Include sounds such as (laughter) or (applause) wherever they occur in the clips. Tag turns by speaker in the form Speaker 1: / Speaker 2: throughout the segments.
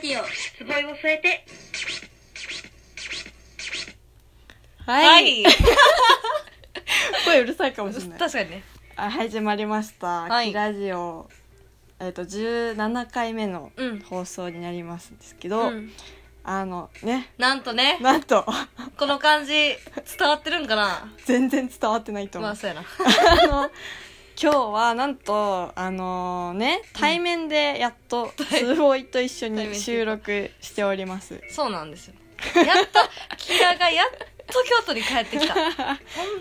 Speaker 1: きよ、つぼいを添えて。
Speaker 2: は
Speaker 3: はいい。
Speaker 2: 声うるさいかもしれない
Speaker 3: 確かにね。
Speaker 2: あはい始まりました「
Speaker 3: はい
Speaker 2: キラジオ」えっ、と17回目の
Speaker 3: うん
Speaker 2: 放送になりますんですけ
Speaker 3: う
Speaker 2: ど、
Speaker 3: ん。
Speaker 2: あのね
Speaker 3: なんとね、
Speaker 2: なんと (laughs)
Speaker 3: この感じ、伝わってるんかな
Speaker 2: 全然伝わってないと思
Speaker 3: ま
Speaker 2: う、
Speaker 3: あ、そうやな。
Speaker 2: あの (laughs) 今日はなんとあのね対面でやっ (laughs) と通報と一緒
Speaker 3: 対面
Speaker 2: に収録しております
Speaker 3: そうなんですよ。やっと、キラがやっと京都に帰ってき
Speaker 2: (laughs)
Speaker 3: た。本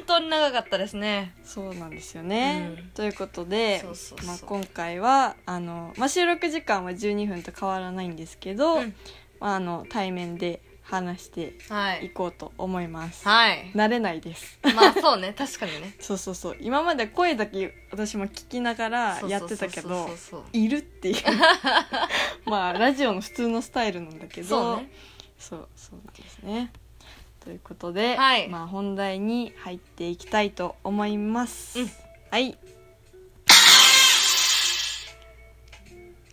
Speaker 3: 当に長かったですね。
Speaker 2: そうなんですよね、
Speaker 3: うん
Speaker 2: ということで
Speaker 3: そうそうそう
Speaker 2: まあ、今回はあの、まあ、収録時間は12分と変わらないんですけど、
Speaker 3: うん
Speaker 2: まあ、あの対面で話して
Speaker 3: はいい。
Speaker 2: こうと思います、
Speaker 3: はい。
Speaker 2: 慣れないです
Speaker 3: まあ、そうね。確かに
Speaker 2: (laughs)
Speaker 3: ね。
Speaker 2: そうそうそう今まで声だけ私も聞きながらやってたけ
Speaker 3: そう
Speaker 2: ど
Speaker 3: そうそう
Speaker 2: いる
Speaker 3: (laughs)
Speaker 2: っていうまあラジオの普通のスタイルなんだけ
Speaker 3: そう。
Speaker 2: ど
Speaker 3: そうね。
Speaker 2: そうそうなんですねということで、
Speaker 3: はい
Speaker 2: まあ、本題に入っていきたいと思います、
Speaker 3: うん
Speaker 2: はい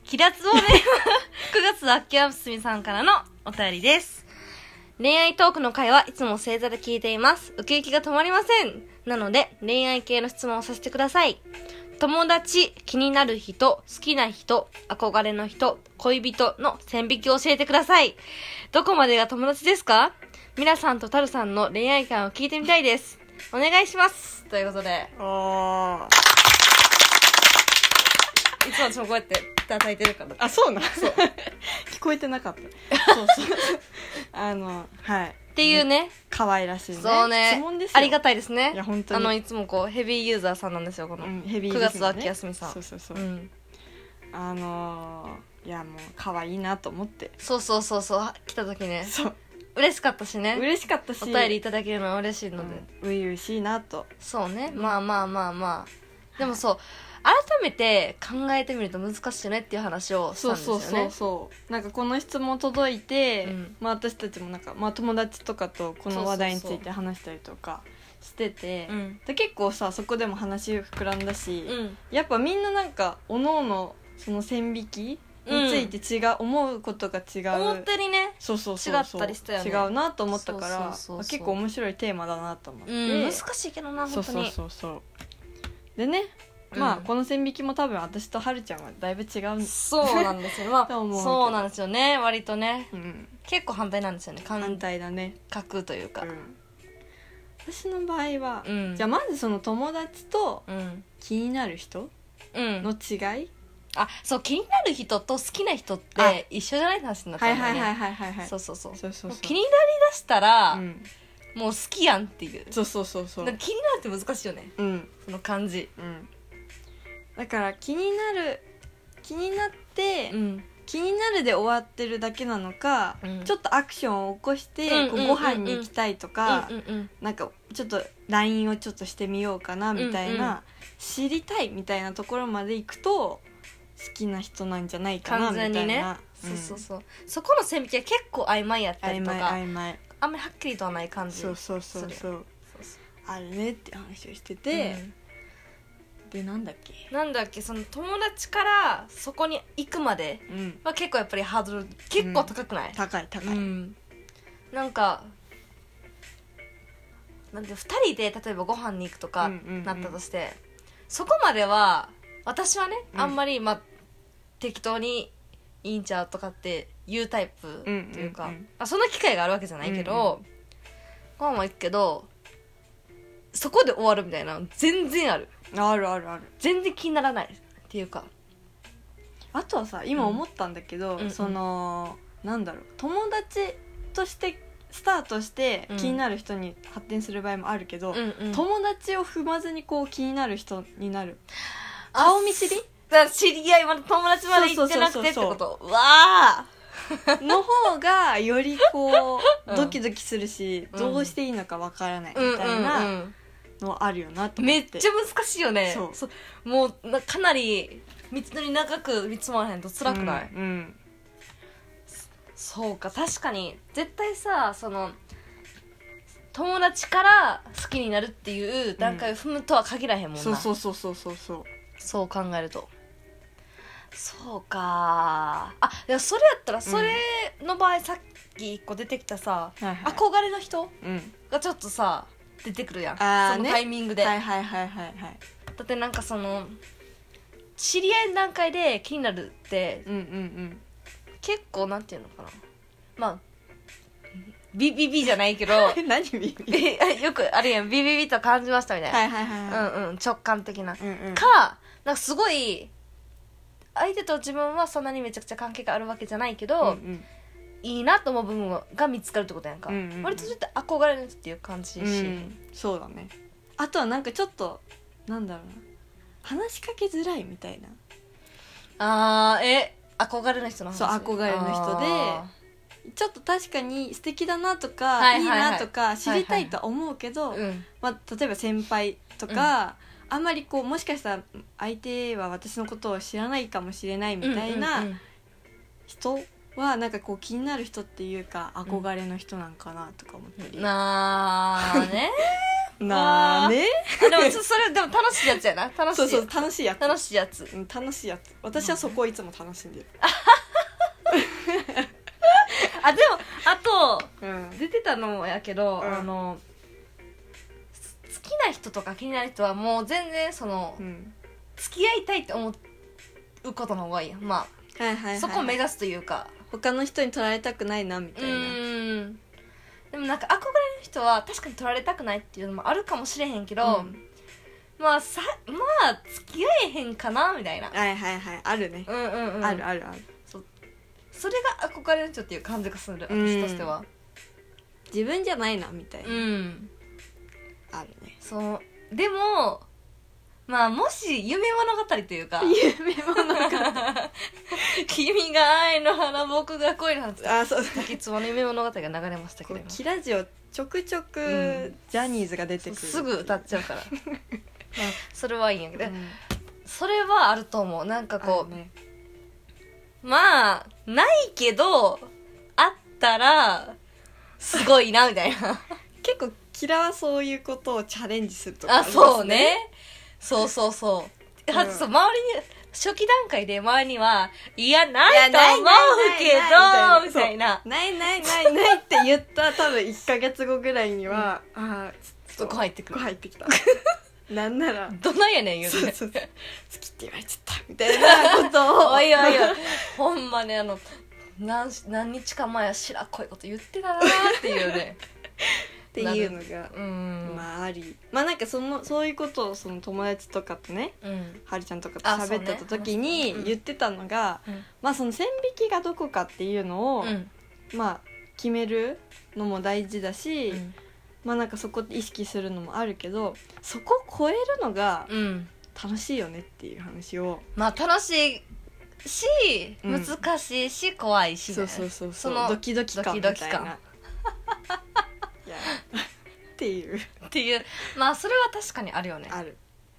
Speaker 3: キラツ (laughs) ボネーム、9月秋山すみさんからのお便りです。恋愛トークの会はいつも正座で聞いています。ウキウキが止まりません。なので、恋愛系の質問をさせてください。友達、気になる人、好きな人、憧れの人、恋人の線引きを教えてください。どこまでが友達ですか皆さんとタルさんの恋愛観を聞いてみたいです。お願いします。ということで、
Speaker 2: あ
Speaker 3: いつも私もこうやって叩いてるから。
Speaker 2: あそうなん (laughs) 聞こえてな
Speaker 3: (laughs)
Speaker 2: かったそうそうあのはい
Speaker 3: っていうね、
Speaker 2: 可愛らしいね
Speaker 3: そうね。
Speaker 2: 質問ですよ
Speaker 3: ありがたいですね。
Speaker 2: いや本当に
Speaker 3: あの、いつもこう、ヘビーユーザーさんなんですよ、この。
Speaker 2: うん、ヘビー
Speaker 3: 9
Speaker 2: リス
Speaker 3: 月
Speaker 2: ナー
Speaker 3: 秋休みさん。
Speaker 2: そうそうそう、
Speaker 3: うん
Speaker 2: あのーいやもう可愛いなと思って
Speaker 3: そうそうそうそう、来た時ね。
Speaker 2: そう
Speaker 3: 嬉しかったしね。
Speaker 2: 嬉しかったし
Speaker 3: お便りいただけるのは嬉しいので。
Speaker 2: うん初々しいなと
Speaker 3: そうね。まあまあまあまあ。でもそう、改めて考えてみると難しいよねっていう話をしたん
Speaker 2: そう
Speaker 3: ですよ
Speaker 2: そう
Speaker 3: ね。
Speaker 2: そうそうなんかこの質問届いて、
Speaker 3: うん
Speaker 2: まあ、私たちもなんか、まあ、友達とかとこの話題について話したりとかしてて
Speaker 3: うん。
Speaker 2: で結構さそこでも話膨らんだし、
Speaker 3: うん。
Speaker 2: やっぱみんななんかおのおのその線引きについて違う、思うことが違う
Speaker 3: 思ったよりね。
Speaker 2: そうそうそうそう
Speaker 3: 違ったりしたよね
Speaker 2: 違うなと思ったから
Speaker 3: そうそうそうそう
Speaker 2: まあ結構面白いテーマだなと思って、
Speaker 3: うん。難しいけどな、
Speaker 2: そ
Speaker 3: 本
Speaker 2: う
Speaker 3: 当
Speaker 2: そう
Speaker 3: に。
Speaker 2: そうそうでねまあ、
Speaker 3: うん
Speaker 2: この線引きも多分私とはるちゃんはだいぶ違う、
Speaker 3: そうなんですよ。まあ、
Speaker 2: (laughs) と思うけど
Speaker 3: そうなんですよね。割とね。
Speaker 2: うん、
Speaker 3: 結構反対なんですよね。
Speaker 2: 反
Speaker 3: 感
Speaker 2: 対だね、
Speaker 3: 覚という
Speaker 2: う
Speaker 3: か。
Speaker 2: ん、私の場合は、
Speaker 3: うん。
Speaker 2: じゃあまずその友達と
Speaker 3: うん。
Speaker 2: 気になる人
Speaker 3: うん
Speaker 2: の。違い、
Speaker 3: あ、そう、気になる人と好きな人っ
Speaker 2: あ
Speaker 3: て一緒じゃないって話になった
Speaker 2: はい
Speaker 3: んだ
Speaker 2: は
Speaker 3: よ
Speaker 2: い
Speaker 3: ね。
Speaker 2: はいはいはいはい
Speaker 3: そうそうそう。
Speaker 2: そうそう
Speaker 3: もう
Speaker 2: そう
Speaker 3: 気になりだしたら、
Speaker 2: うん
Speaker 3: もう好きやんっていう。
Speaker 2: そうそうそうそ
Speaker 3: な
Speaker 2: うん
Speaker 3: か気になるって難しいよね。
Speaker 2: うん
Speaker 3: その感じ。
Speaker 2: うんだから気になる気になって、
Speaker 3: うん。
Speaker 2: 気になるで終わってるだけなのか、
Speaker 3: うん
Speaker 2: ちょっとアクションを起こして、
Speaker 3: うん
Speaker 2: こう
Speaker 3: うん
Speaker 2: ご飯に行きたいとか、
Speaker 3: うんうん
Speaker 2: なんかちょっと LINE をちょっとしてみようかなみたいな、
Speaker 3: うんうん
Speaker 2: 知りたいみたいなところまで行くと好きな人なんじゃないかな
Speaker 3: 完
Speaker 2: みたい
Speaker 3: 全に
Speaker 2: な、
Speaker 3: ねうん。そうそうそう。そこの線引きは結構曖昧やったり
Speaker 2: 曖
Speaker 3: と
Speaker 2: 昧
Speaker 3: か、
Speaker 2: 曖昧
Speaker 3: あんまりはっきりとはない感じ。
Speaker 2: そうそうそう
Speaker 3: そ
Speaker 2: そ
Speaker 3: そ
Speaker 2: う
Speaker 3: うそ
Speaker 2: あるねって話をして
Speaker 3: う
Speaker 2: て、
Speaker 3: うん
Speaker 2: でなんだっけ
Speaker 3: なんだっけ、その友達からそこに行くまで
Speaker 2: うん
Speaker 3: は結構やっぱりハードル結構高くない、
Speaker 2: 高い高い、
Speaker 3: うん、なんかなんて2人で例えばご飯に行くとか
Speaker 2: うんうんうん
Speaker 3: なったとして、そこまでは私はね、
Speaker 2: うん
Speaker 3: あんまり、まあ、適当にいいんちゃうとかっていうタイプと
Speaker 2: うん
Speaker 3: いうか、
Speaker 2: うんうん
Speaker 3: まあ、そんな機会があるわけじゃないけど、ご飯は行くけどそこで終わるみたいなの全然ある
Speaker 2: あるあるある
Speaker 3: 全然気にならないっていうか
Speaker 2: あとはさ今思ったんだけど、
Speaker 3: うんうん
Speaker 2: そのなんだろう友達としてスタートして
Speaker 3: うん
Speaker 2: 気になる人に発展する場合もあるけど、
Speaker 3: うんうん
Speaker 2: 友達を踏まずにこう気になる人に
Speaker 3: (laughs)
Speaker 2: なる
Speaker 3: あ
Speaker 2: 顔見知り
Speaker 3: だから知り合いまで友達まで行ってなくてって
Speaker 2: そうそ
Speaker 3: こ
Speaker 2: う
Speaker 3: と
Speaker 2: そ
Speaker 3: うわあ
Speaker 2: の方がよりこ
Speaker 3: う
Speaker 2: うんドキドキするし、
Speaker 3: うん
Speaker 2: どうしていいのかわからないみ
Speaker 3: うんうん
Speaker 2: たいな
Speaker 3: うん
Speaker 2: のあるよなと思
Speaker 3: め
Speaker 2: っ、
Speaker 3: ってちゃ難しいよね
Speaker 2: そう
Speaker 3: そうもうなかなり道のり長く見積もらへんと辛くない、
Speaker 2: うんうん
Speaker 3: そうか確かに絶対さその友達から好きになるっていう段階を踏むとは限らへんもんな、
Speaker 2: そうそうそうそうそうそう
Speaker 3: そう考えるとそうかあいやそれやったらそれの場合、さっき一個出てきたさ、
Speaker 2: はいはい
Speaker 3: 憧れの人
Speaker 2: うん
Speaker 3: がちょっとさ出てくるやん
Speaker 2: あー
Speaker 3: その
Speaker 2: ね
Speaker 3: タイミングで、
Speaker 2: はいはいはいはいはい
Speaker 3: だってなんかその知り合いの段階で気になるって
Speaker 2: うんうんうん
Speaker 3: 結構なんていうのかなまあビビビじゃないけど
Speaker 2: え (laughs) 何ビビ
Speaker 3: え (laughs) よくあるやんビビビと感じましたみたいな、
Speaker 2: はいはいはいはい
Speaker 3: うんうん直感的な、
Speaker 2: うんうん
Speaker 3: かなんかすごい相手と自分はそんなにめちゃくちゃ関係があるわけじゃないけど、
Speaker 2: うんうん
Speaker 3: いいなと思う部分が見つかるってことやんか、
Speaker 2: うんうんうん
Speaker 3: 割とそれって憧れの人っていう感じやし、
Speaker 2: うんそうだねあとはなんかちょっとなんだろうな話しかけづらいみたいな
Speaker 3: ああえ憧れの人の話
Speaker 2: そう憧れの人で
Speaker 3: あ
Speaker 2: ちょっと確かに素敵だなとか、
Speaker 3: はい
Speaker 2: い
Speaker 3: はい
Speaker 2: い
Speaker 3: はい
Speaker 2: なとか知りたいとは思うけど、
Speaker 3: ーうん
Speaker 2: まあ、例えば先輩とか、あんまりこうもしかしたら相手は私のことを知らないかもしれないみた
Speaker 3: うんう
Speaker 2: い
Speaker 3: んう
Speaker 2: なん人はなんかこう気になる人っていうか憧れの人なんかなとか思ったり、
Speaker 3: なあね
Speaker 2: なあね
Speaker 3: (laughs) あでもそそれでも楽しいやつやな楽しい
Speaker 2: そうそう楽しいやつ
Speaker 3: 楽しいやつ
Speaker 2: うん楽しいやつ私はそこをいつも楽しんでる、
Speaker 3: あでもあと
Speaker 2: うん、
Speaker 3: 出てたのやけど、
Speaker 2: うん
Speaker 3: あのす好きな人とか気になる人はもう全然その、
Speaker 2: うん
Speaker 3: 付き合いたいって思うことの方がいいやんまあ、
Speaker 2: はいはいはいはい
Speaker 3: そこを目指すというか
Speaker 2: 他の人に取られたくないなみ
Speaker 3: う
Speaker 2: たいな
Speaker 3: ーんでもなんか憧れの人は確かに取られたくないっていうのもあるかもしれへんけど、
Speaker 2: うん
Speaker 3: まあさまあ付き合えへんかなみたいな
Speaker 2: はいはいはいあるね、
Speaker 3: うんうんうん
Speaker 2: あるあるある
Speaker 3: それが憧れの人っていう感じがする私としては
Speaker 2: 自分じゃないなみたいな、
Speaker 3: うん、
Speaker 2: あるね
Speaker 3: そうでもまあもし夢物語というか
Speaker 2: 夢物語
Speaker 3: 君が愛の花僕が恋の花
Speaker 2: あそう
Speaker 3: 滝つぼの夢物語が流れましたけど
Speaker 2: これ
Speaker 3: 今
Speaker 2: キラジオちょくちょ
Speaker 3: う
Speaker 2: くジャニーズが出てくる、
Speaker 3: すぐ歌っちゃう
Speaker 2: (laughs)
Speaker 3: からまあそれはいいんやけど、
Speaker 2: うん
Speaker 3: それはあると思うなんか
Speaker 2: あ
Speaker 3: こ
Speaker 2: る
Speaker 3: う、
Speaker 2: ね
Speaker 3: まあないけどあったらすごいなみたいな
Speaker 2: 結構キラはそういうことをチャレンジするとか
Speaker 3: あ
Speaker 2: ります
Speaker 3: そうねそうそうそう、
Speaker 2: うん
Speaker 3: あとそう周りに初期段階で周りにはいやないい
Speaker 2: や
Speaker 3: と
Speaker 2: ない
Speaker 3: 思う
Speaker 2: ない
Speaker 3: け
Speaker 2: ない
Speaker 3: どみたいな
Speaker 2: ないないないないって言った多分1か月後ぐらいには、ああ
Speaker 3: ちょっとこう入ってく
Speaker 2: こう
Speaker 3: る
Speaker 2: 入ってき
Speaker 3: (laughs)
Speaker 2: たなんなら
Speaker 3: どないやねん言う
Speaker 2: そう
Speaker 3: て
Speaker 2: そう
Speaker 3: ね
Speaker 2: そう好きって言われちゃったみたいなことを
Speaker 3: おいおいおいほんまねあの何し何日か前は白っこいこと言ってたなーっていう
Speaker 2: (laughs)
Speaker 3: ね
Speaker 2: っていうのが
Speaker 3: うん
Speaker 2: まあありまあなんかそのそういうことをその友達とかとね
Speaker 3: うん
Speaker 2: はるちゃんとかと
Speaker 3: あそうね
Speaker 2: 喋ってた時に
Speaker 3: うん
Speaker 2: 言ってたのが、
Speaker 3: うん
Speaker 2: まあその線引きがどこかっていうのを、
Speaker 3: うん
Speaker 2: まあ決めるのも大事だし、
Speaker 3: うん
Speaker 2: まあなんかそこ意識するのもあるけどそこを超えるのが
Speaker 3: うん
Speaker 2: 楽しいよねっていう話を、
Speaker 3: まあ楽しいし
Speaker 2: うん
Speaker 3: 難しいし怖いしね、
Speaker 2: そうそうそうそう
Speaker 3: その
Speaker 2: ドキドキ感みたいな
Speaker 3: ドキドキ感
Speaker 2: (laughs) いやっていう
Speaker 3: っていうまあそれは確かにあるよね
Speaker 2: ある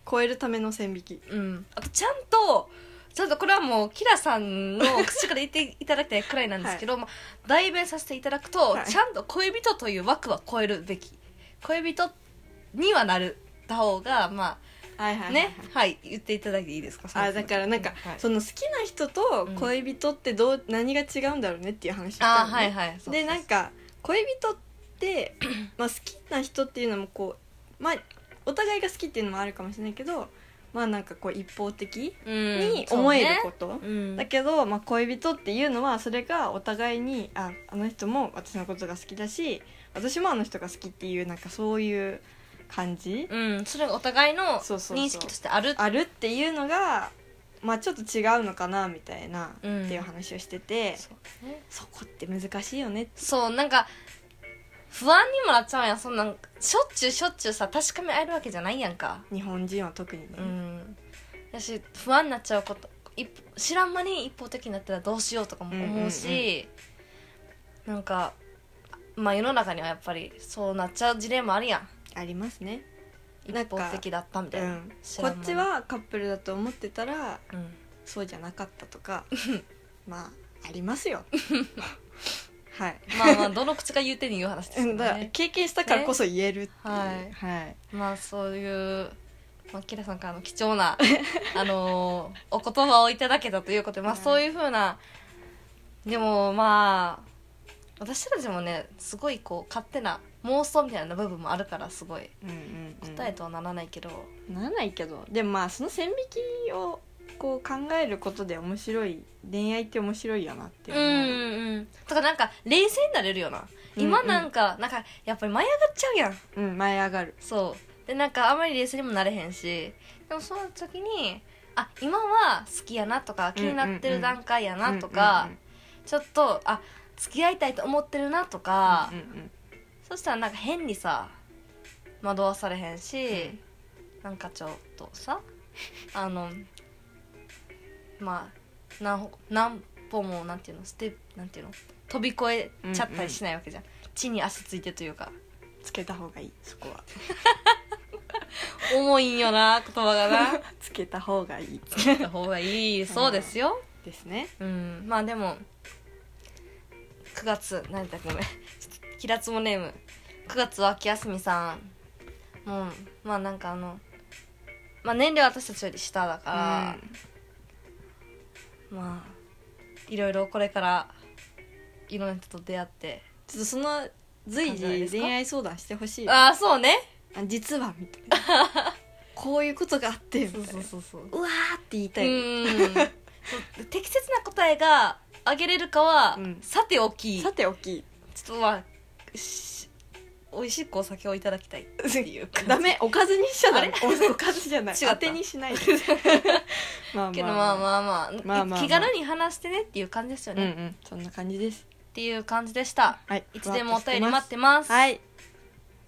Speaker 2: 超えるための線引き
Speaker 3: うんあとちゃんとちゃんとこれはもうキラさんの口から言っていただきたいくらいなんですけど、まあ、代弁させていただくと、
Speaker 2: はい
Speaker 3: ちゃんと恋人という枠は超えるべき恋人にはなるた方がま
Speaker 2: はい
Speaker 3: あ
Speaker 2: はいはい、
Speaker 3: ねはい言っていただいていいですか
Speaker 2: あだからなんか、
Speaker 3: はい
Speaker 2: その好きな人と恋人ってどう、何が違うんだろうねっていう話して
Speaker 3: あ
Speaker 2: た
Speaker 3: ー
Speaker 2: の
Speaker 3: はい
Speaker 2: ね
Speaker 3: はいそう
Speaker 2: でなんか恋人って、まあ、好きな人っていうのもこうまあお互いが好きっていうのもあるかもしれないけどまあなんかこう一方的
Speaker 3: うん
Speaker 2: に思える
Speaker 3: そう
Speaker 2: こ
Speaker 3: ね
Speaker 2: と、
Speaker 3: うん
Speaker 2: だけど、まあ、恋人っていうのはそれがお互いにああの人も私のことが好きだし私もあの人が好きっていうなんかそういう感じ
Speaker 3: うん、それがお互いの
Speaker 2: そうそうそう
Speaker 3: 認識としてある
Speaker 2: あるっていうのが、まあ、ちょっと違うのかなみたいな、
Speaker 3: うん
Speaker 2: っていう話をしてて
Speaker 3: そう,、ね、
Speaker 2: そこって難しいよね
Speaker 3: そうなんか不安にもなっちゃうやんそんなんしょっちゅうしょっちゅうさ確かめ合えるわけじゃないやんか
Speaker 2: 日本人は特にね、
Speaker 3: うんだし不安になっちゃうこと一知らん間に一方的になったらどうしようとかも思うし、なんかまあ世の中にはやっぱりそうなっちゃう事例もあるやん
Speaker 2: ありますね、な
Speaker 3: 一
Speaker 2: んか
Speaker 3: 方的だったみ
Speaker 2: う
Speaker 3: たいな、
Speaker 2: ん、
Speaker 3: 知
Speaker 2: こ
Speaker 3: らんもん
Speaker 2: っちはカップルだと思ってたら
Speaker 3: うん
Speaker 2: そうじゃなかった
Speaker 3: (laughs)
Speaker 2: とかまあありますよはい
Speaker 3: まあまあどの口が言うてに言う話です
Speaker 2: う
Speaker 3: よ
Speaker 2: んだから
Speaker 3: ね
Speaker 2: 経験したからこそ言えるっていう、
Speaker 3: ね
Speaker 2: はい
Speaker 3: まあそういうまあ、キラさんからの貴重な、あのーお言葉をいただけたということで、まあ、
Speaker 2: はい
Speaker 3: そういうふうな、でも、まあ、私たちもね、すごいこう、勝手な妄想みたいな部分もあるから、すごい、
Speaker 2: うんうんうん
Speaker 3: 答えとはならないけど、
Speaker 2: ならないけどでもまあその線引きをこう考えることで面白い恋愛って面白いよなって
Speaker 3: うん
Speaker 2: 思
Speaker 3: う
Speaker 2: う、
Speaker 3: んうん。とか、なんか、冷静になれるよな。今なんか、なんか、やっぱり舞い上がっちゃうやん。
Speaker 2: うん、舞い上がる
Speaker 3: そうでなんかあんまりレースにもなれへんしでもその時にあ今は好きやなとか気になってる段階やなとか、ちょっとあ付き合いたいと思ってるなとか、
Speaker 2: うんうん
Speaker 3: そしたらなんか変にさ惑わされへんし、
Speaker 2: うん
Speaker 3: なんかちょっとさあのまあ何歩何歩もなんていうのステップなんていうの飛び越えちゃったりしないわけじゃん、地に足ついてというか
Speaker 2: つけた方がいいそこは
Speaker 3: 重いんよな言葉が (laughs) な。
Speaker 2: (laughs) つけた方がいい
Speaker 3: つけた方がいいそうですよ
Speaker 2: ですね
Speaker 3: うんまあでも9月何だごめんちょ (laughs) っとキラツモネーム9月は秋休みさんもうまあなんかあのまあ年齢は私たちより下だから、まあいろいろこれからいろんな人と出会って
Speaker 2: ちょっとその随
Speaker 3: 感じないで
Speaker 2: 時
Speaker 3: すか
Speaker 2: 恋愛相談してほしいあ
Speaker 3: ああそうね
Speaker 2: 実はみたいな (laughs) こういうことがあってみたいな
Speaker 3: そうそう
Speaker 2: うわーって言いた
Speaker 3: う
Speaker 2: い、
Speaker 3: ん (laughs) そう適切な答えがあげれるかは、
Speaker 2: うん
Speaker 3: さておき
Speaker 2: さておき
Speaker 3: ちょっとまあし美味しくお酒をいただき
Speaker 2: (laughs)
Speaker 3: たいっていうか
Speaker 2: ダメおかずにしちゃダ
Speaker 3: あ
Speaker 2: メおおかずじゃない
Speaker 3: 違った
Speaker 2: 当てにしない (laughs) でまあ
Speaker 3: けどまあまあまあ、
Speaker 2: まあまあまあ
Speaker 3: 気軽に話してねっていう感じですよ
Speaker 2: うん
Speaker 3: ね、
Speaker 2: う
Speaker 3: っ
Speaker 2: んそんな感じです
Speaker 3: ていう感じでした
Speaker 2: はい
Speaker 3: いつでもお便り待っててます、
Speaker 2: はい